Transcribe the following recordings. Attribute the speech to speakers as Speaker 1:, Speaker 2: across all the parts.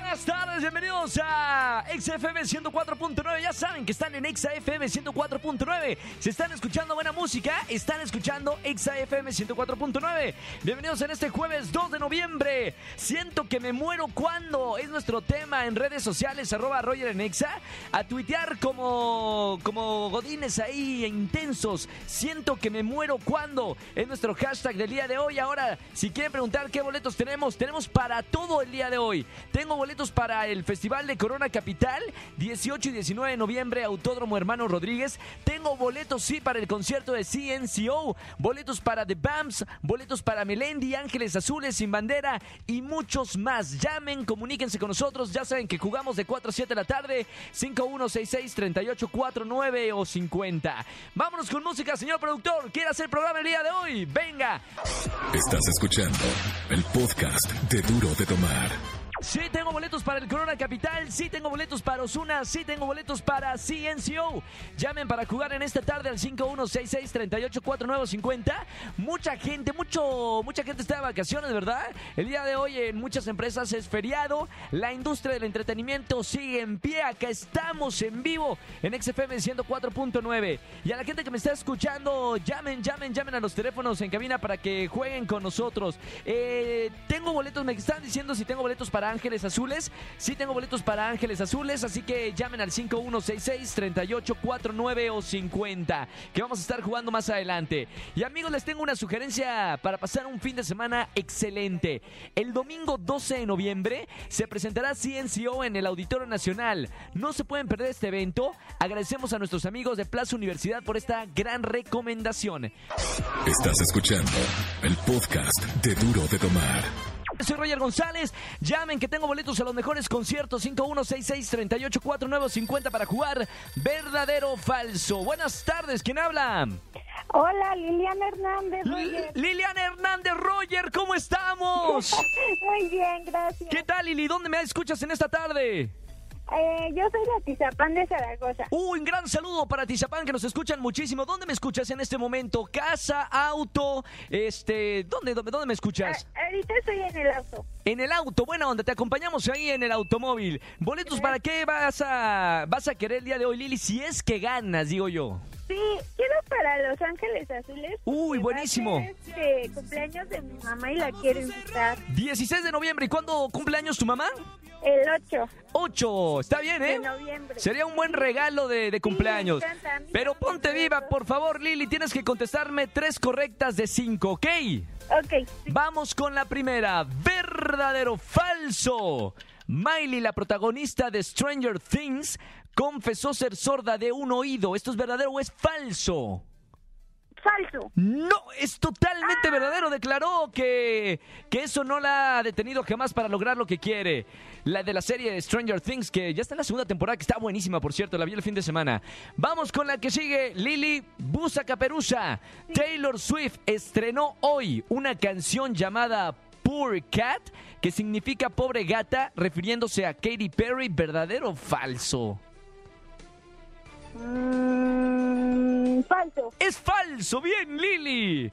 Speaker 1: Buenas tardes, bienvenidos a XFM 104.9. Ya saben que están en XFM 104.9. Se están escuchando buena música, están escuchando XFM 104.9. Bienvenidos en este jueves 2 de noviembre. Siento que me muero cuando es nuestro tema en redes sociales, arroba Roger en Exa. A tuitear como, como godines ahí, e intensos. Siento que me muero cuando es nuestro hashtag del día de hoy. Ahora, si quieren preguntar qué boletos tenemos, tenemos para todo el día de hoy. Tengo boletos para el Festival de Corona Capital, 18 y 19 de noviembre, Autódromo Hermano Rodríguez. Tengo boletos, sí, para el concierto de CNCO, boletos para The Bams, boletos para Melendi, Ángeles Azules, Sin Bandera y muchos más. Llamen, comuníquense con nosotros. Ya saben que jugamos de 4 a 7 de la tarde, 5166-3849 o 50. Vámonos con música, señor productor. ¿Quiere hacer programa el día de hoy? Venga.
Speaker 2: Estás escuchando el podcast de Duro de Tomar.
Speaker 1: Sí tengo boletos para el Corona Capital, sí tengo boletos para Osuna, sí tengo boletos para CNCO. Llamen para jugar en esta tarde al 5166-384950. Mucha gente, mucho, mucha gente está de vacaciones, ¿verdad? El día de hoy en muchas empresas es feriado. La industria del entretenimiento sigue en pie. Acá estamos en vivo en XFM 104.9. Y a la gente que me está escuchando, llamen, llamen, llamen a los teléfonos en cabina para que jueguen con nosotros. Eh, tengo boletos, me están diciendo si tengo boletos para Ángeles Azules. Sí tengo boletos para Ángeles Azules, así que llamen al 5166-3849 o 50, que vamos a estar jugando más adelante. Y amigos, les tengo una sugerencia para pasar un fin de semana excelente. El domingo 12 de noviembre se presentará CNCO en el Auditorio Nacional. No se pueden perder este evento. Agradecemos a nuestros amigos de Plaza Universidad por esta gran recomendación.
Speaker 2: Estás escuchando el podcast de Duro de Tomar.
Speaker 1: Soy Roger González. Llamen que tengo boletos a los mejores conciertos. 5166-384950 para jugar verdadero o falso. Buenas tardes, ¿quién habla?
Speaker 3: Hola, Liliana Hernández.
Speaker 1: L-
Speaker 3: Roger.
Speaker 1: Liliana Hernández Roger, ¿cómo estamos?
Speaker 3: Muy bien, gracias.
Speaker 1: ¿Qué tal, Lili? ¿Dónde me escuchas en esta tarde?
Speaker 3: Eh, yo soy de Atizapán de Zaragoza.
Speaker 1: Uh, un gran saludo para Tizapán, que nos escuchan muchísimo. ¿Dónde me escuchas en este momento? ¿Casa, auto? Este, ¿dónde, dónde, dónde me escuchas?
Speaker 3: A- ahorita estoy en el auto.
Speaker 1: En el auto, buena onda, te acompañamos ahí en el automóvil. ¿Boletos para qué vas a, vas a querer el día de hoy, Lili? Si es que ganas, digo yo.
Speaker 3: Sí, quiero para Los Ángeles Azules.
Speaker 1: Uy,
Speaker 3: porque
Speaker 1: buenísimo.
Speaker 3: va a ser, este, cumpleaños de mi mamá y la quiero invitar.
Speaker 1: 16 de noviembre, ¿y cuándo cumple años tu mamá?
Speaker 3: El 8.
Speaker 1: 8, está bien, ¿eh?
Speaker 3: De noviembre.
Speaker 1: Sería un buen regalo de, de cumpleaños.
Speaker 3: me encanta, a mí
Speaker 1: Pero
Speaker 3: me
Speaker 1: ponte
Speaker 3: encanta.
Speaker 1: viva, por favor, Lili, tienes que contestarme tres correctas de cinco, ¿ok?
Speaker 3: Ok, sí,
Speaker 1: Vamos con la primera. ¿Verdadero o falso? Miley, la protagonista de Stranger Things, confesó ser sorda de un oído. ¿Esto es verdadero o es falso?
Speaker 3: falso.
Speaker 1: No, es totalmente verdadero. Declaró que, que eso no la ha detenido jamás para lograr lo que quiere. La de la serie de Stranger Things, que ya está en la segunda temporada, que está buenísima, por cierto, la vi el fin de semana. Vamos con la que sigue, Lily Busa Caperusa. Taylor Swift estrenó hoy una canción llamada Poor Cat, que significa pobre gata, refiriéndose a Katy Perry, verdadero o falso.
Speaker 3: Mm, falso.
Speaker 1: Es falso, bien Lili.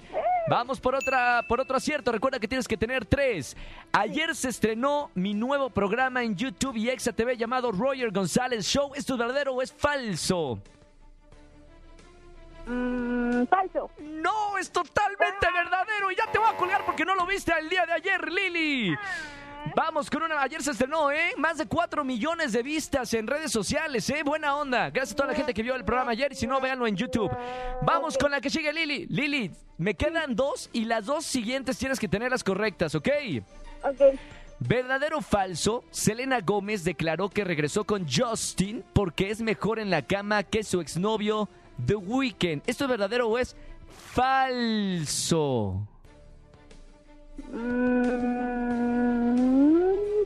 Speaker 1: Vamos por otra, por otro acierto. Recuerda que tienes que tener tres. Ayer se estrenó mi nuevo programa en YouTube y Exa TV llamado Roger González Show. ¿Esto es verdadero o es falso?
Speaker 3: Mm, falso.
Speaker 1: No, es totalmente verdadero y ya te voy a colgar porque no lo viste el día de ayer, Lili. Vamos con una. Ayer se estrenó, ¿eh? Más de 4 millones de vistas en redes sociales, ¿eh? Buena onda. Gracias a toda la gente que vio el programa ayer y si no, véanlo en YouTube. Vamos con la que sigue, Lili. Lili, me quedan dos y las dos siguientes tienes que tenerlas correctas, ¿ok?
Speaker 3: Ok,
Speaker 1: ¿Verdadero o falso? Selena Gómez declaró que regresó con Justin porque es mejor en la cama que su exnovio The Weeknd. ¿Esto es verdadero o es falso?
Speaker 3: mm,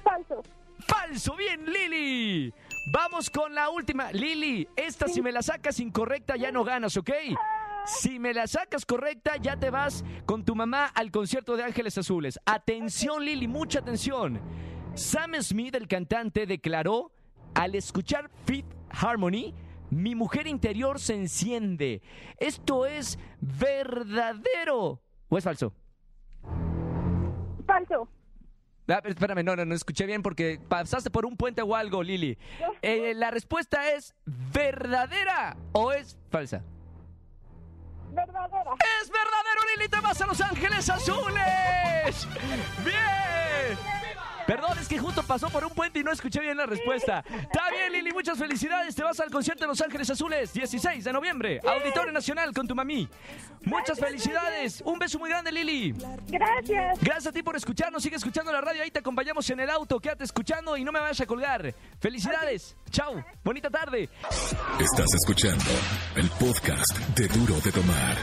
Speaker 3: falso.
Speaker 1: ¡Falso! ¡Bien, Lili! Vamos con la última. Lili, esta si me la sacas incorrecta ya no ganas, ¿ok? Si me la sacas correcta, ya te vas con tu mamá al concierto de Ángeles Azules. Atención, Lili, mucha atención. Sam Smith, el cantante, declaró Al escuchar Fifth Harmony, mi mujer interior se enciende. ¿Esto es verdadero o es falso?
Speaker 3: Falso.
Speaker 1: Ah, pero espérame, no, no, no escuché bien porque pasaste por un puente o algo, Lili. Eh, la respuesta es verdadera o es falsa.
Speaker 3: Verdadera.
Speaker 1: ¡Es verdadero, Lili! ¡Te vas a Los Ángeles Azules! ¡Bien! Perdón, es que justo pasó por un puente y no escuché bien la respuesta. Está bien, Lili, muchas felicidades. Te vas al concierto de Los Ángeles Azules, 16 de noviembre, Auditorio Nacional con tu mami. Muchas felicidades. Un beso muy grande, Lili.
Speaker 3: Gracias.
Speaker 1: Gracias a ti por escucharnos. Sigue escuchando la radio. Ahí te acompañamos en el auto. Quédate escuchando y no me vayas a colgar. Felicidades. Chao. Bonita tarde.
Speaker 2: Estás escuchando el podcast de Duro de Tomar.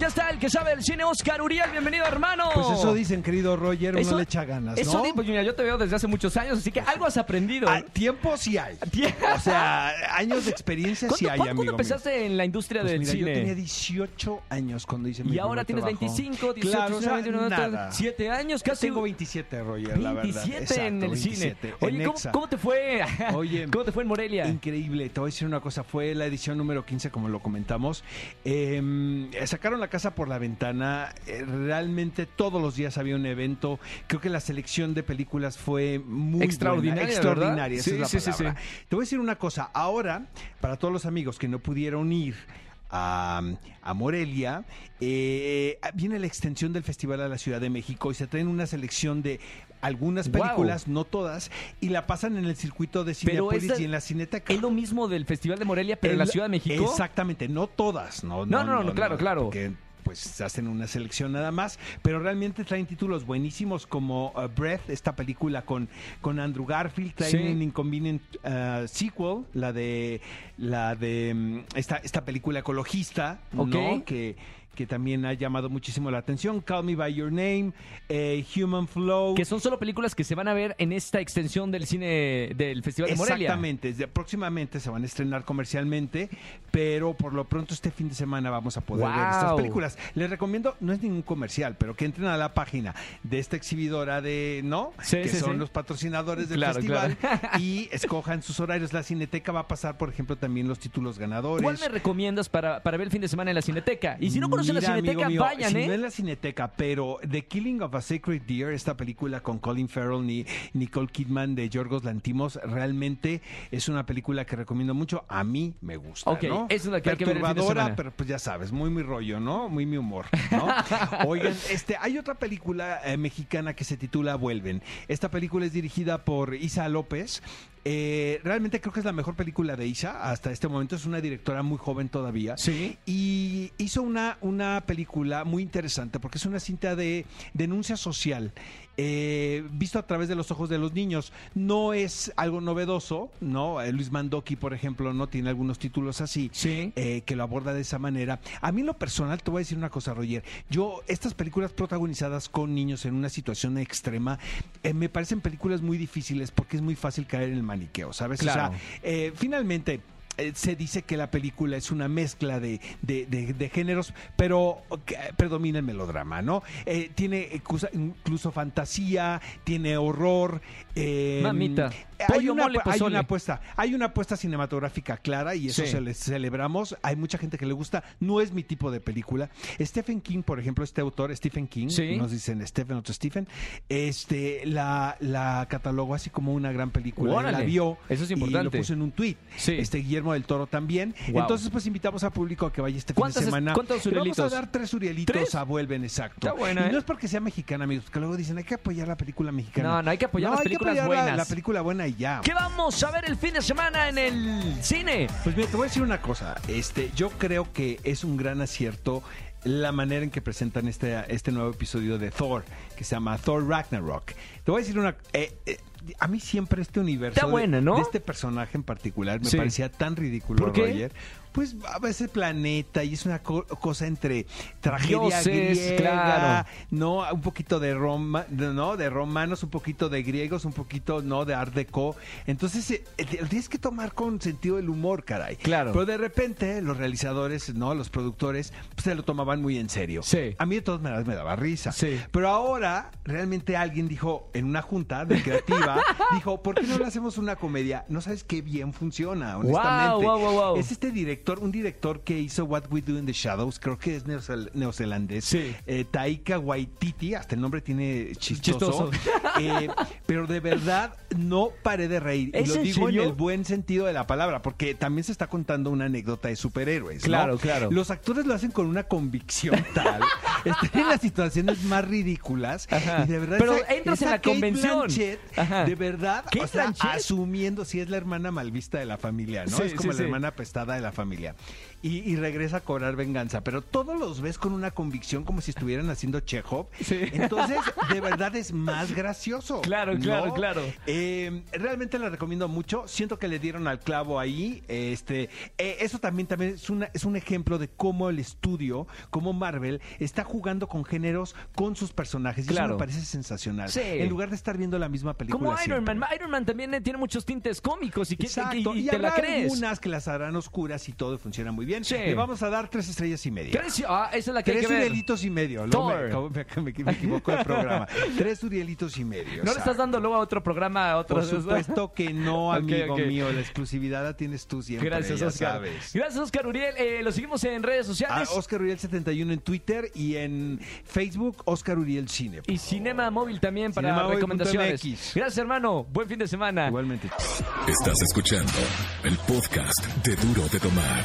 Speaker 1: Ya está el que sabe del cine, Oscar Uriel. Bienvenido, hermano.
Speaker 4: Pues eso dicen, querido Roger,
Speaker 1: Oh. Eso-
Speaker 4: uno le echa ganas,
Speaker 1: Eso
Speaker 4: ¿no?
Speaker 1: di- pues mira, yo te veo desde hace muchos años, así que algo has aprendido.
Speaker 4: Ah, tiempo sí hay.
Speaker 1: Tie-
Speaker 4: O sea, años de experiencia
Speaker 1: ¿Cuánto,
Speaker 4: sí hay,
Speaker 1: cuándo-
Speaker 4: amigo.
Speaker 1: cuándo
Speaker 4: mío.
Speaker 1: empezaste en la industria
Speaker 4: Pues
Speaker 1: del
Speaker 4: mira,
Speaker 1: cine?
Speaker 4: yo tenía 18 años cuando hice mi
Speaker 1: y ahora
Speaker 4: primer
Speaker 1: tienes
Speaker 4: trabajo.
Speaker 1: 25, 18,
Speaker 4: claro, o sea,
Speaker 1: 19, 21,
Speaker 4: nada.
Speaker 1: 7 años, casi
Speaker 4: Tengo 27, Roger, la verdad.
Speaker 1: 27 en
Speaker 4: Exacto,
Speaker 1: el
Speaker 4: 27,
Speaker 1: cine. Oye,
Speaker 4: en
Speaker 1: ¿cómo,
Speaker 4: Exa.
Speaker 1: cómo te fue?
Speaker 4: Oye,
Speaker 1: ¿cómo te fue en Morelia?
Speaker 4: Increíble, te voy a decir una cosa, fue la edición número 15 como lo comentamos. Eh, sacaron la casa por la ventana, eh, realmente todos los días había un evento, creo que la selección de películas fue muy
Speaker 1: Extraordinaria,
Speaker 4: buena,
Speaker 1: ¿verdad?
Speaker 4: extraordinaria, esa
Speaker 1: Sí,
Speaker 4: es la
Speaker 1: sí, sí,
Speaker 4: palabra. Te voy a decir una cosa, ahora, para todos los amigos que no pudieron ir... A, a Morelia, eh, viene la extensión del Festival a la Ciudad de México y se traen una selección de algunas
Speaker 1: Guau.
Speaker 4: películas, no todas, y la pasan en el circuito de
Speaker 1: Pero
Speaker 4: Cinepolis
Speaker 1: esa-
Speaker 4: y en la Cineteca.
Speaker 1: ¿Es lo mismo del Festival de Morelia, pero en la
Speaker 4: El-
Speaker 1: Ciudad de México?
Speaker 4: Exactamente, no todas, no,
Speaker 1: No, no, no, claro, claro.
Speaker 4: porque, pues hacen una selección nada más, pero realmente traen títulos buenísimos como uh, Breath, esta película con, con Andrew Garfield, traen
Speaker 1: Sí.
Speaker 4: un Inconvenient uh, Sequel, la de la de mm, esta, esta película ecologista,
Speaker 1: Ok.
Speaker 4: ¿no? que, que también ha llamado muchísimo la atención, Call Me By Your Name, eh, Human Flow.
Speaker 1: Que son solo películas que se van a ver en esta extensión del cine del Festival de Morelia.
Speaker 4: Exactamente, desde próximamente se van a estrenar comercialmente, pero por lo pronto este fin de semana vamos a poder ver estas
Speaker 1: ¡Guau!
Speaker 4: películas. Les recomiendo, no es ningún comercial, pero que entren a la página de esta exhibidora de, ¿no?
Speaker 1: Sí,
Speaker 4: que
Speaker 1: sí,
Speaker 4: son
Speaker 1: sí.
Speaker 4: los patrocinadores del
Speaker 1: Claro,
Speaker 4: festival y escojan sus horarios. La Cineteca va a pasar, por ejemplo, también los títulos ganadores.
Speaker 1: ¿Cuál me recomiendas para, para ver el fin de semana en la Cineteca? Y si no conocen
Speaker 4: Mm, Mira,
Speaker 1: la Cineteca,
Speaker 4: amigo mío,
Speaker 1: vayan,
Speaker 4: si
Speaker 1: ¿eh?
Speaker 4: no es la Cineteca, pero The Killing of a Sacred Deer, esta película con Colin Farrell y Nicole Kidman de Yorgos Lantimos, realmente es una película que recomiendo mucho. A mí me gusta,
Speaker 1: Ok,
Speaker 4: ¿no?
Speaker 1: esa es la que hay que ver el fin de
Speaker 4: Perturbadora,
Speaker 1: semana.
Speaker 4: pero pues ya sabes, muy mi rollo, ¿no? Muy mi humor, ¿no? Oigan, este, hay otra película eh, mexicana que se titula Vuelven. Esta película es dirigida por Isa López. Eh, realmente creo que es la mejor película de Isa hasta este momento. Es una directora muy joven todavía
Speaker 1: Sí.
Speaker 4: y hizo una, una película muy interesante porque es una cinta de denuncia social eh, visto a través de los ojos de los niños. No es algo novedoso, ¿no? Eh, Luis Mandoki, por ejemplo, no tiene algunos títulos así
Speaker 1: Sí.
Speaker 4: eh, que lo aborda de esa manera. A mí en lo personal te voy a decir una cosa, Roger. Yo, estas películas protagonizadas con niños en una situación extrema, eh, me parecen películas muy difíciles porque es muy fácil caer en el maniqueo, ¿sabes?
Speaker 1: Claro.
Speaker 4: O sea, eh, finalmente... eh, Se dice que la película es una mezcla de, de- de- de géneros, pero que predomina el melodrama, ¿no? Eh, tiene incluso, incluso fantasía, tiene horror. eh,
Speaker 1: Mamita.
Speaker 4: Hay
Speaker 1: Pollo,
Speaker 4: una,
Speaker 1: mole,
Speaker 4: hay
Speaker 1: pozole.
Speaker 4: una apuesta. Hay una apuesta cinematográfica clara y eso
Speaker 1: Sí.
Speaker 4: se les celebramos. Hay mucha gente que le gusta. No es mi tipo de película. Stephen King, por ejemplo, este autor, Stephen King,
Speaker 1: Sí.
Speaker 4: nos dicen Stephen, otro Stephen, este, la, la catalogó así como una gran película. Él
Speaker 1: Órale.
Speaker 4: La vio.
Speaker 1: Eso es
Speaker 4: Y lo
Speaker 1: importante.
Speaker 4: puso en un tuit.
Speaker 1: Sí.
Speaker 4: Este Guillermo del Toro también.
Speaker 1: Guau.
Speaker 4: Entonces, pues invitamos al público a que vaya este fin de
Speaker 1: ¿Cuántas es-
Speaker 4: semana.
Speaker 1: cuántos
Speaker 4: Le vamos a
Speaker 1: urielitos?
Speaker 4: dar tres urielitos
Speaker 1: ¿Tres?
Speaker 4: a Vuelven, exacto.
Speaker 1: Está buena,
Speaker 4: y
Speaker 1: ¿eh?
Speaker 4: no es porque sea mexicana, amigos, que luego dicen hay que apoyar la película mexicana.
Speaker 1: No, no, hay que apoyar las películas
Speaker 4: apoyar la-
Speaker 1: buenas.
Speaker 4: La, película buena y ya.
Speaker 1: ¿Qué vamos a ver el fin de semana en el cine?
Speaker 4: Pues mira, te voy a decir una cosa. Este, yo creo que es un gran acierto la manera en que presentan este, este nuevo episodio de Thor, que se llama Thor Ragnarok. Te voy a decir una. eh, eh, a mí siempre este universo
Speaker 1: Está
Speaker 4: de-
Speaker 1: buena, ¿no?
Speaker 4: de este personaje en particular me
Speaker 1: Sí.
Speaker 4: parecía tan ridículo,
Speaker 1: ¿Por qué?
Speaker 4: Roger. Pues a veces planeta y es una co- cosa entre tragedia
Speaker 1: Dioses,
Speaker 4: griega,
Speaker 1: claro.
Speaker 4: no, un poquito de Roma, de- no, de romanos, un poquito de griegos, un poquito no de Art Deco. Entonces, eh, eh, tienes que tomar con sentido el humor, caray.
Speaker 1: Claro.
Speaker 4: Pero de repente los realizadores, no, los productores, pues, se lo tomaban muy en serio.
Speaker 1: Sí.
Speaker 4: A mí de todas maneras me daba risa.
Speaker 1: Sí.
Speaker 4: Pero ahora realmente alguien dijo, en una junta de creativa, dijo, ¿por qué no le hacemos una comedia? No sabes qué bien funciona, honestamente.
Speaker 1: wow, wow, wow.
Speaker 4: Es este director, un director que hizo What We Do in the Shadows, creo que es neozel- neozelandés.
Speaker 1: Sí.
Speaker 4: Eh, Taika Waititi, hasta el nombre tiene
Speaker 1: Chistoso.
Speaker 4: chistoso. Eh, pero de verdad no paré de reír. Y
Speaker 1: ¿Es
Speaker 4: lo
Speaker 1: en
Speaker 4: digo
Speaker 1: serio?
Speaker 4: en el buen sentido de la palabra, porque también se está contando una anécdota de superhéroes. ¿no?
Speaker 1: Claro, claro.
Speaker 4: Los actores lo hacen con una convicción tal. están en las situaciones más ridículas.
Speaker 1: Ajá.
Speaker 4: Y de verdad,
Speaker 1: Pero entras en la
Speaker 4: Kate
Speaker 1: convención.
Speaker 4: Blanchett,
Speaker 1: Ajá.
Speaker 4: de verdad,
Speaker 1: Kate
Speaker 4: o sea,
Speaker 1: Blanchett.
Speaker 4: asumiendo si es la hermana malvista de la familia, ¿no?
Speaker 1: Sí,
Speaker 4: es
Speaker 1: sí,
Speaker 4: como la
Speaker 1: sí.
Speaker 4: hermana apestada de la familia. Y, y regresa a cobrar venganza. Pero todos los ves con una convicción como si estuvieran haciendo Chekhov.
Speaker 1: Sí.
Speaker 4: Entonces, de verdad es más gracioso.
Speaker 1: Claro, claro, claro.
Speaker 4: Eh, realmente la recomiendo mucho. Siento que le dieron al clavo ahí. Este, eh, eso también, también es, una- es un ejemplo de cómo el estudio, cómo Marvel, está jugando con géneros con sus personajes. Y
Speaker 1: Claro.
Speaker 4: eso me parece sensacional.
Speaker 1: Sí.
Speaker 4: En lugar de estar viendo la misma película.
Speaker 1: Como Iron
Speaker 4: siempre.
Speaker 1: Man. Iron Man también eh, tiene muchos tintes cómicos y, que-
Speaker 4: Exacto.
Speaker 1: y- y
Speaker 4: Y
Speaker 1: te la
Speaker 4: habrá
Speaker 1: crees.
Speaker 4: algunas que las harán oscuras y todo funciona muy bien.
Speaker 1: Sí.
Speaker 4: Le vamos a dar tres estrellas y media.
Speaker 1: Tres- ah, esa es la que hay
Speaker 4: Tres
Speaker 1: que ver.
Speaker 4: Urielitos y medio. Luego
Speaker 1: Thor.
Speaker 4: me, acabo- me, me- me equivoco de programa. Tres Urielitos y medio.
Speaker 1: No le estás
Speaker 4: exacto.
Speaker 1: dando luego a otro programa, a otro.
Speaker 4: Por supuesto que no,
Speaker 1: Ok,
Speaker 4: amigo
Speaker 1: ok.
Speaker 4: mío. La exclusividad la tienes tú siempre.
Speaker 1: Gracias,
Speaker 4: ya
Speaker 1: Oscar.
Speaker 4: sabes. Ah,
Speaker 1: Gracias, Oscar Uriel. Eh, lo seguimos en redes
Speaker 4: A
Speaker 1: sociales.
Speaker 4: Oscar Uriel 71 en Twitter y en Facebook, Oscar Uriel Cine.
Speaker 1: y Cinema Móvil también para
Speaker 4: Cinemamóvil.mx.
Speaker 1: recomendaciones. Gracias, hermano. Buen fin de semana.
Speaker 4: Igualmente.
Speaker 2: Estás escuchando el podcast de Duro de Tomar.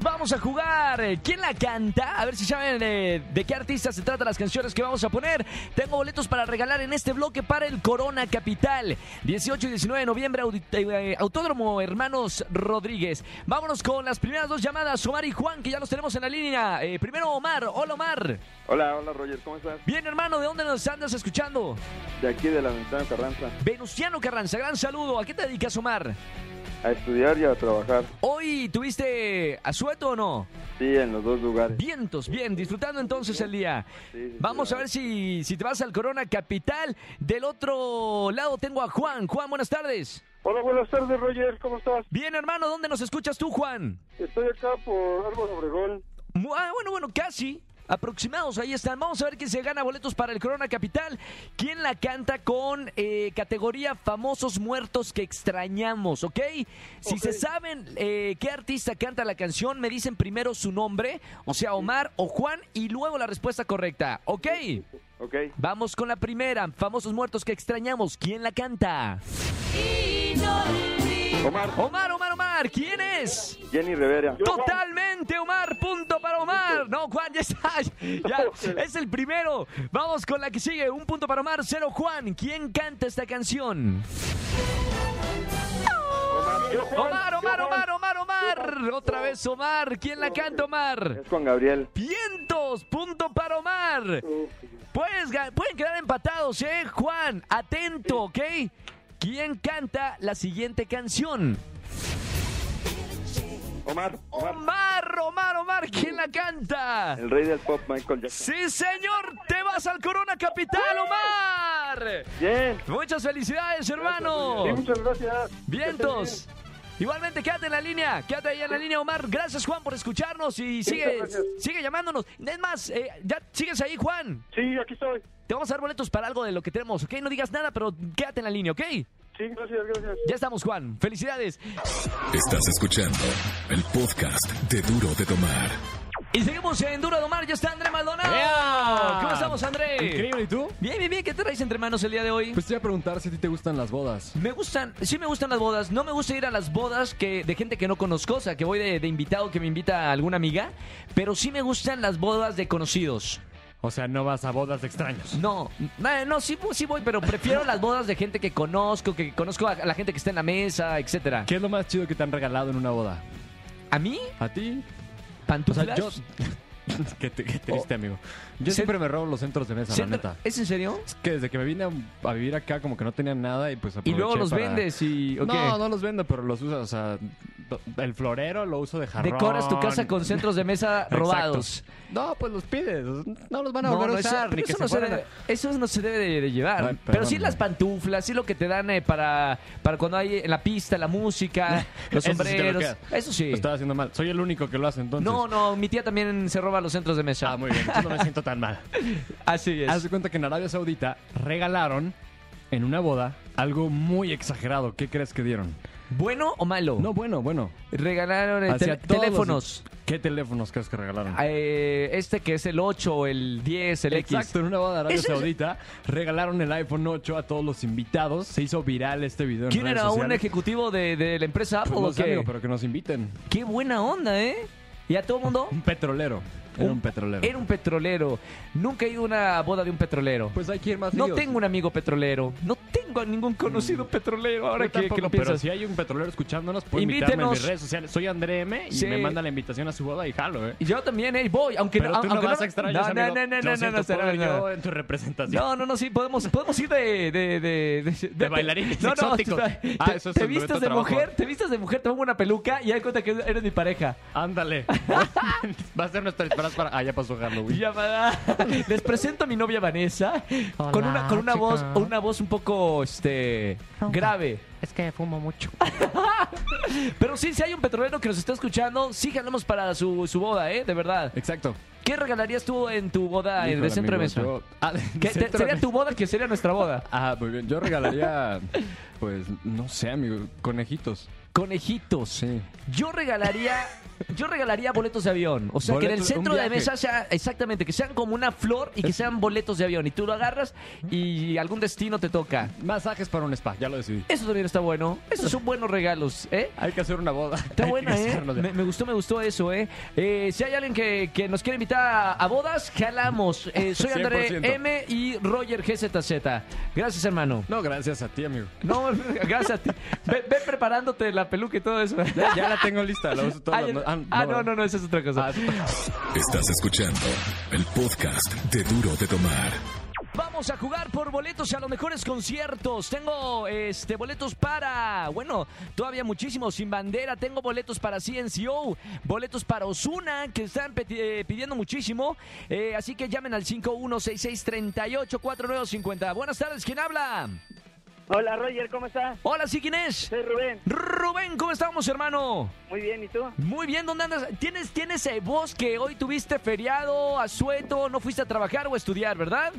Speaker 1: Vamos a jugar. eh, ¿Quién la canta? A ver si saben eh, de qué artista se trata las canciones que vamos a poner. Tengo boletos para regalar en este bloque para el Corona Capital. 18 y 19 de noviembre, audi- eh, Autódromo Hermanos Rodríguez. Vámonos con las primeras dos llamadas. Omar y Juan, que ya los tenemos en la línea. Eh, primero Omar. Hola, Omar.
Speaker 5: Hola, hola Roger, ¿cómo estás?
Speaker 1: Bien, hermano, ¿de dónde nos andas escuchando?
Speaker 5: De aquí de la ventana Carranza,
Speaker 1: Venustiano Carranza, gran saludo. ¿A qué te dedicas, Omar?
Speaker 5: a estudiar y a trabajar,
Speaker 1: ¿Hoy tuviste asueto o no?
Speaker 5: sí, en los dos lugares.
Speaker 1: Vientos, bien, disfrutando entonces el día.
Speaker 5: Sí, sí,
Speaker 1: Vamos
Speaker 5: sí,
Speaker 1: a ver si, si te vas al Corona Capital. Del otro lado tengo a Juan. Juan, buenas tardes.
Speaker 6: Hola, buenas tardes, Roger. ¿Cómo estás?
Speaker 1: Bien, hermano, ¿dónde nos escuchas tú, Juan?
Speaker 6: Estoy acá por Álvaro Obregón.
Speaker 1: Mu- ah, bueno, bueno, casi. Aproximados, ahí están. Vamos a ver quién se gana boletos para el Corona Capital. ¿Quién la canta con eh, categoría famosos muertos que extrañamos, ok? Si se saben eh, qué artista canta la canción, me dicen primero su nombre, o sea, Omar o Juan, y luego la respuesta correcta, ¿ok?
Speaker 5: Ok,
Speaker 1: Vamos con la primera, famosos muertos que extrañamos. ¿Quién la canta?
Speaker 5: Omar,
Speaker 1: Omar, Omar, Omar, ¿quién es?
Speaker 5: Jenny Rivera.
Speaker 1: Totalmente, Omar. Punto para Omar. No, Juan, ya está. Ya, es el primero. Vamos con la que sigue. Un punto para Omar, cero Juan. ¿Quién canta esta canción? Omar, Omar, Omar, Omar, Omar. Otra vez Omar. ¿Quién la canta, Omar?
Speaker 5: Es con Gabriel.
Speaker 1: Vientos, punto para Omar. Puedes ga- pueden quedar empatados, ¿eh? Juan, atento, ¿ok? ¿Quién canta la siguiente canción?
Speaker 5: Omar, Omar,
Speaker 1: Omar, Omar, Omar, ¿quién la canta?
Speaker 5: el rey del pop, Michael Jackson.
Speaker 1: Sí, señor, te vas al Corona Capital, Omar.
Speaker 6: Bien.
Speaker 1: Muchas felicidades,
Speaker 6: Sí,
Speaker 1: hermano.
Speaker 6: muchas gracias.
Speaker 1: Vientos. Igualmente, quédate en la línea, quédate ahí en la línea, Omar. Gracias, Juan, por escucharnos y sigue,
Speaker 6: gracias.
Speaker 1: sigue llamándonos. Es más, eh, ya sigues ahí, Juan.
Speaker 6: Sí, aquí estoy.
Speaker 1: Te vamos a dar boletos para algo de lo que tenemos, ¿ok? No digas nada, pero quédate en la línea, ¿ok?
Speaker 6: Sí, gracias, gracias.
Speaker 1: Ya estamos, Juan. Felicidades.
Speaker 2: Estás escuchando el podcast de Duro de Tomar.
Speaker 1: Y seguimos en Duro de Omar. Ya está André Maldonado.
Speaker 7: ¡Ea!
Speaker 1: ¿Cómo estamos, André?
Speaker 7: Increíble, ¿y tú?
Speaker 1: Bien, bien, bien. ¿Qué te traes entre manos el día de hoy?
Speaker 7: Pues te voy a preguntar si a ti te gustan las bodas.
Speaker 1: Me gustan, sí me gustan las bodas. No me gusta ir a las bodas que, de gente que no conozco, o sea, que voy de, de invitado que me invita alguna amiga. Pero sí me gustan las bodas de conocidos.
Speaker 7: O sea, no vas a bodas de extraños.
Speaker 1: No, eh, no, sí, sí voy, pero prefiero las bodas de gente que conozco, que conozco a la gente que está en la mesa, etcétera.
Speaker 7: ¿Qué es lo más chido que te han regalado en una boda?
Speaker 1: ¿A mí?
Speaker 7: ¿A ti? O
Speaker 1: ¿Pantuflas?
Speaker 7: sea, yo... qué, te- qué triste, amigo. Yo
Speaker 1: Cent-
Speaker 7: siempre me robo los centros de mesa,
Speaker 1: Sí,
Speaker 7: la neta.
Speaker 1: ¿Es en serio?
Speaker 7: Es que desde que me vine a, a vivir acá como que no tenía nada y pues
Speaker 1: Y luego
Speaker 7: aproveché
Speaker 1: los
Speaker 7: para-
Speaker 1: vendes y... ¿o qué?
Speaker 7: No, no los vendo, pero los uso, o sea, do- el florero lo uso de jarrón.
Speaker 1: Decoras tu casa con centros de mesa
Speaker 7: Exacto.
Speaker 1: robados.
Speaker 7: No, pues los pides, no los van a volver a
Speaker 1: eso-
Speaker 7: usar,
Speaker 1: pero
Speaker 7: ni que
Speaker 1: eso,
Speaker 7: se
Speaker 1: no se
Speaker 7: fueran a-
Speaker 1: debe, eso no se debe de, de llevar.
Speaker 7: Ay,
Speaker 1: pero sí
Speaker 7: perdóname.
Speaker 1: las pantuflas, sí lo que te dan eh, para, para cuando hay en la pista, la música, los
Speaker 7: Eso sí te lo
Speaker 1: sombreros.
Speaker 7: quedas.
Speaker 1: Eso sí.
Speaker 7: Lo estaba haciendo mal. Soy el único que lo hace entonces.
Speaker 1: No, no, mi tía también se roba los centros de mesa.
Speaker 7: Ah, muy bien. Entonces no me siento tan mal.
Speaker 1: Así es.
Speaker 7: Haz de cuenta que en Arabia Saudita regalaron en una boda algo muy exagerado. ¿Qué crees que dieron?
Speaker 1: ¿Bueno o malo?
Speaker 7: Oh. No, bueno, bueno.
Speaker 1: Regalaron eh,
Speaker 7: Hacia
Speaker 1: tel-
Speaker 7: todos los-
Speaker 1: teléfonos.
Speaker 7: ¿Qué teléfonos crees que regalaron?
Speaker 1: Eh, este que es el 8, el 10, el
Speaker 7: Exacto,
Speaker 1: X.
Speaker 7: en una boda de Arabia
Speaker 1: Eso es-
Speaker 7: Saudita regalaron el iPhone 8 a todos los invitados. Se hizo viral este video. en
Speaker 1: ¿Quién
Speaker 7: redes
Speaker 1: era un
Speaker 7: sociales.
Speaker 1: ejecutivo de, de la empresa Apple
Speaker 7: Pues no
Speaker 1: o
Speaker 7: sé,
Speaker 1: qué?
Speaker 7: amigo, pero que nos inviten.
Speaker 1: Qué buena onda, ¿eh? Y a todo el mundo
Speaker 7: Un petrolero. Era un petrolero.
Speaker 1: era un petrolero. Nunca he ido a una boda de un petrolero.
Speaker 7: Pues hay quien más
Speaker 1: no
Speaker 7: líos.
Speaker 1: tengo un amigo petrolero. No tengo a ningún
Speaker 7: Mm.
Speaker 1: conocido petrolero ahora
Speaker 7: Yo
Speaker 1: que,
Speaker 7: tampoco,
Speaker 1: que lo
Speaker 7: pero
Speaker 1: piensas.
Speaker 7: si hay un petrolero escuchándonos, puede invitarme en
Speaker 1: Invítenos.
Speaker 7: mis redes sociales. Soy André M y
Speaker 1: Sí.
Speaker 7: me manda la invitación a su boda y jalo, ¿eh?
Speaker 1: Y Yo también, eh, voy, aunque
Speaker 7: Pero
Speaker 1: no,
Speaker 7: tú no
Speaker 1: aunque
Speaker 7: vas
Speaker 1: no-
Speaker 7: a extrañar
Speaker 1: no, no, no, no, no, no, será- no.
Speaker 7: yo en tu representación.
Speaker 1: No, no, no, sí, podemos, podemos ir de... De, de, de- de-
Speaker 7: bailarines
Speaker 1: no, no,
Speaker 7: exóticos.
Speaker 1: te-
Speaker 7: Ah, eso es
Speaker 1: te
Speaker 7: el dueto
Speaker 1: vistas de
Speaker 7: trabajo.
Speaker 1: mujer, te vistas de mujer, te pongo una peluca y hay cuenta que eres mi pareja.
Speaker 7: Ándale. Va a ser nuestra disfraz para... Ah, ya pasó Halloween.
Speaker 1: Llamada. Les presento a mi novia Vanessa
Speaker 8: Hola,
Speaker 1: con una con una
Speaker 8: chicos.
Speaker 1: voz una voz un poco este
Speaker 8: Ronca.
Speaker 1: grave.
Speaker 8: Es que fumo mucho.
Speaker 1: Pero sí, si hay un petrolero que nos está escuchando, sí jalamos para su, su boda, ¿eh? De verdad.
Speaker 7: Exacto.
Speaker 1: ¿Qué regalarías tú en tu boda eh,
Speaker 7: Híjole,
Speaker 1: de centro de
Speaker 7: amigo,
Speaker 1: mesa?
Speaker 7: yo- Ah, de
Speaker 1: ¿Qué- te-
Speaker 7: centro de
Speaker 1: sería
Speaker 7: mesa.
Speaker 1: tu boda que sería nuestra boda.
Speaker 7: Ah, muy bien. Yo regalaría, pues, no sé, amigo, conejitos.
Speaker 1: Conejitos.
Speaker 7: Sí.
Speaker 1: Yo regalaría yo regalaría boletos de avión. O sea, que en el
Speaker 7: Boletos- un
Speaker 1: centro de
Speaker 7: viaje.
Speaker 1: mesa sea exactamente, que sean como una flor y que sean boletos de avión. Y tú lo agarras y algún destino te toca.
Speaker 7: Masajes para un spa, ya lo decidí.
Speaker 1: Eso también está bueno. Esos son buenos regalos, ¿eh?
Speaker 7: Hay que hacer una boda.
Speaker 1: Está
Speaker 7: Hay
Speaker 1: buena,
Speaker 7: que
Speaker 1: ¿eh?
Speaker 7: casarnos ya.
Speaker 1: Me, me gustó, me gustó eso, ¿eh? Eh, si hay alguien que, que nos quiere invitar a, a bodas, jalamos. Eh, soy André
Speaker 7: 100%.
Speaker 1: M y Roger GZZ. Gracias, hermano.
Speaker 7: No, gracias a ti, amigo.
Speaker 1: No, gracias a ti. Ve, ve preparándote la peluca y todo eso.
Speaker 7: Ya la tengo lista, la uso todas
Speaker 1: Ah,
Speaker 7: las no-
Speaker 1: ya- Ah, no, no, no, esa es otra cosa.
Speaker 2: Estás escuchando el podcast de Duro de Tomar.
Speaker 1: Vamos a jugar por boletos a los mejores conciertos. Tengo este boletos para, bueno, todavía muchísimos sin bandera. Tengo boletos para CNCO, boletos para Osuna, que están pe- eh, pidiendo muchísimo. Eh, así que llamen al 5166384950. Buenas tardes, ¿quién habla?
Speaker 9: Hola Roger, ¿cómo estás?
Speaker 1: Hola, ¿sí quién es?
Speaker 9: Soy Rubén.
Speaker 1: Rubén, ¿cómo estamos, hermano?
Speaker 9: Muy bien, ¿y tú?
Speaker 1: Muy bien, ¿dónde andas? ¿Tienes, tienes eh, voz que hoy tuviste feriado, asueto, no fuiste a trabajar o a estudiar, ¿verdad?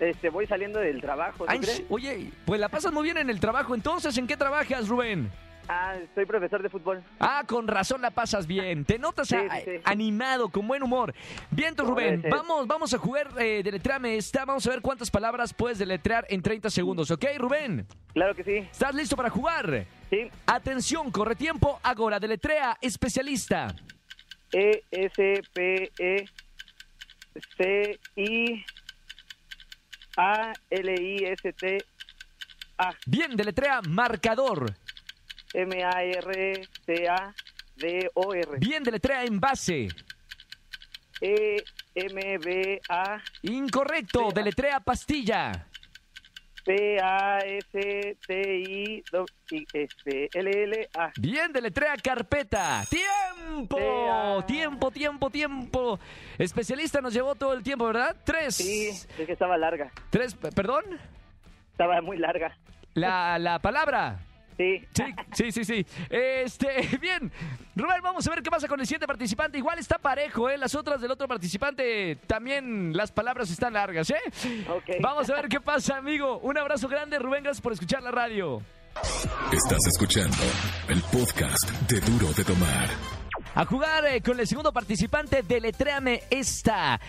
Speaker 9: Este, voy saliendo del trabajo, ¿tú
Speaker 1: Ay,
Speaker 9: crees?
Speaker 1: oye, pues la pasas muy bien en el trabajo. Entonces, ¿en qué trabajas, Rubén?
Speaker 9: Ah, soy profesor de fútbol.
Speaker 1: Ah, con razón la pasas bien. Te notas
Speaker 9: Sí,
Speaker 1: a-
Speaker 9: sí, sí.
Speaker 1: animado, con buen humor. Bien, tú, Rubén,
Speaker 9: Gracias.
Speaker 1: vamos, vamos a jugar eh, Deletreame esta. Vamos a ver cuántas palabras puedes deletrear en 30 segundos, ¿ok, Rubén?
Speaker 9: Claro que sí,
Speaker 1: ¿Estás listo para jugar?
Speaker 9: sí.
Speaker 1: Atención, corre tiempo. Agora, deletrea, especialista.
Speaker 9: E S P E C I A L I S T
Speaker 1: Bien, deletrea, marcador.
Speaker 9: M A R C A D O R
Speaker 1: Bien, deletrea, envase.
Speaker 9: E M B A
Speaker 1: Incorrecto, deletrea, pastilla.
Speaker 9: P A S T I do- I- este, L L A
Speaker 1: Bien, deletrea carpeta. ¡Tiempo!
Speaker 9: Ea.
Speaker 1: Tiempo, tiempo, tiempo. Especialista nos llevó todo el tiempo, ¿verdad? Tres.
Speaker 9: Sí, es que estaba larga,
Speaker 1: Tres, p- perdón.
Speaker 9: estaba muy larga.
Speaker 1: La, la palabra.
Speaker 9: Sí,
Speaker 1: Sí, sí, sí, sí. Este, bien. Rubén, vamos a ver qué pasa con el siguiente participante. Igual está parejo, ¿eh? Las otras del otro participante también las palabras están largas, ¿eh?
Speaker 9: Ok.
Speaker 1: Vamos a ver qué pasa, amigo. Un abrazo grande, Rubén. Gracias por escuchar la radio.
Speaker 2: Estás escuchando el podcast de Duro de Tomar.
Speaker 1: A jugar eh, con el segundo participante, deletréame esta.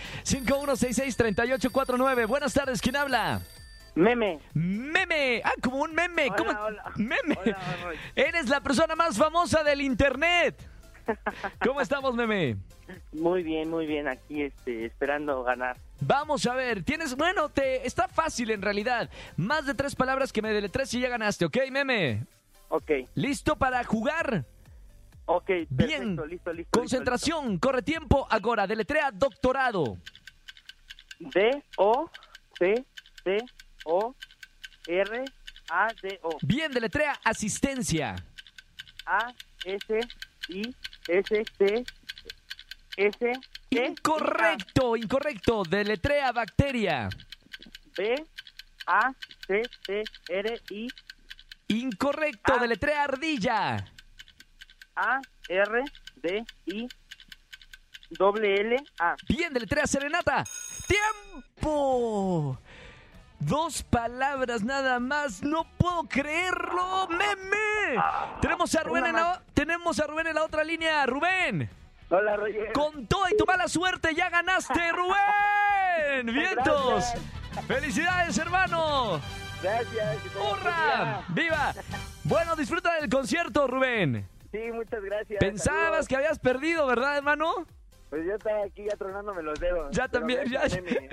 Speaker 1: 5166-3849. Buenas tardes, ¿quién habla?
Speaker 9: meme.
Speaker 1: Meme. Ah, como un meme.
Speaker 9: Hola,
Speaker 1: ¿Cómo?
Speaker 9: hola.
Speaker 1: Meme.
Speaker 9: Hola, hola.
Speaker 1: Eres la persona más famosa del internet. ¿Cómo estamos, meme?
Speaker 9: Muy bien, muy bien, aquí este, esperando ganar.
Speaker 1: Vamos a ver, tienes, bueno, te está fácil en realidad. Más de tres palabras que me deletres y ya ganaste, ¿ok, meme?
Speaker 9: Ok,
Speaker 1: ¿Listo para jugar?
Speaker 9: ok, perfecto,
Speaker 1: Bien.
Speaker 9: listo, listo, listo.
Speaker 1: Concentración, corre tiempo, agora, deletrea doctorado.
Speaker 9: listo. D, O, C, C, O, R, A, D, O.
Speaker 1: Bien, deletrea asistencia.
Speaker 9: A, S, I, S, T, S, T,
Speaker 1: Incorrecto, incorrecto. Deletrea bacteria.
Speaker 9: B, A, C, T, R, I,
Speaker 1: Incorrecto,
Speaker 9: Ah.
Speaker 1: deletrea ardilla.
Speaker 9: A, R, D, I, doble L, A.
Speaker 1: Bien, deletrea serenata. ¡Tiempo! Dos palabras nada más, no puedo creerlo, meme. Tenemos a Rubén en la, o- tenemos a Rubén en la otra línea, Rubén.
Speaker 9: Hola, Roger.
Speaker 1: Con toda y tu mala suerte ya ganaste, Rubén. Vientos. Felicidades, hermano.
Speaker 9: Gracias. que tengas
Speaker 1: ¡Hurra!
Speaker 9: buen día.
Speaker 1: ¡Viva! Bueno, disfruta del concierto, Rubén.
Speaker 9: Sí, muchas gracias.
Speaker 1: Pensabas
Speaker 9: saludos.
Speaker 1: que habías perdido, ¿verdad, hermano?
Speaker 9: Pues yo estaba aquí ya tronándome los dedos.
Speaker 1: Ya
Speaker 9: pero
Speaker 1: también, ya.
Speaker 9: gracias, nene.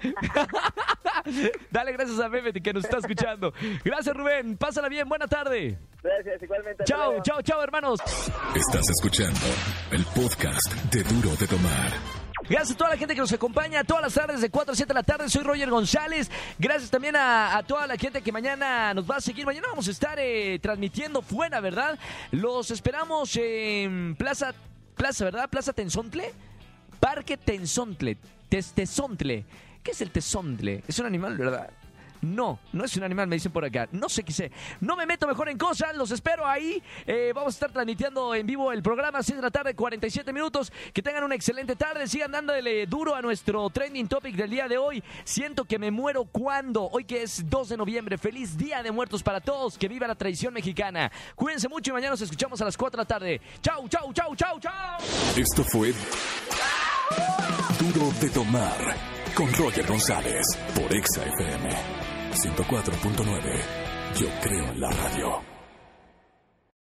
Speaker 1: Dale gracias a Meme que nos está escuchando. Gracias, Rubén. Pásala bien. Buena tarde.
Speaker 9: Gracias, igualmente. hasta
Speaker 1: Chao,
Speaker 9: luego.
Speaker 1: chao, chao, hermanos.
Speaker 2: Estás escuchando el podcast de Duro de Tomar.
Speaker 1: Gracias a toda la gente que nos acompaña todas las tardes de 4 a 7 de la tarde. Soy Roger González. Gracias también a, a toda la gente que mañana nos va a seguir. Mañana vamos a estar eh, transmitiendo fuera, ¿verdad? Los esperamos en Plaza, Plaza ¿verdad? Plaza Tenzontle. Parque Tenzontle. Tes- Tezontle. ¿Qué es el tezontle? Es un animal, ¿verdad? No, no es un animal, me dicen por acá. No sé qué sé. No me meto mejor en cosas, los espero ahí. Eh, vamos a estar transmitiendo en vivo el programa, 6 de la tarde, 47 minutos. Que tengan una excelente tarde. Sigan dándole duro a nuestro trending topic del día de hoy. Siento que me muero cuando. Hoy que es 2 de noviembre. Feliz Día de Muertos para todos. Que viva la tradición mexicana. Cuídense mucho y mañana nos escuchamos a las 4 de la tarde. Chau, chau, chau, chau, chau.
Speaker 2: Esto fue Duro de Tomar con Roger González por Exa FM 104.9. Yo creo en la radio.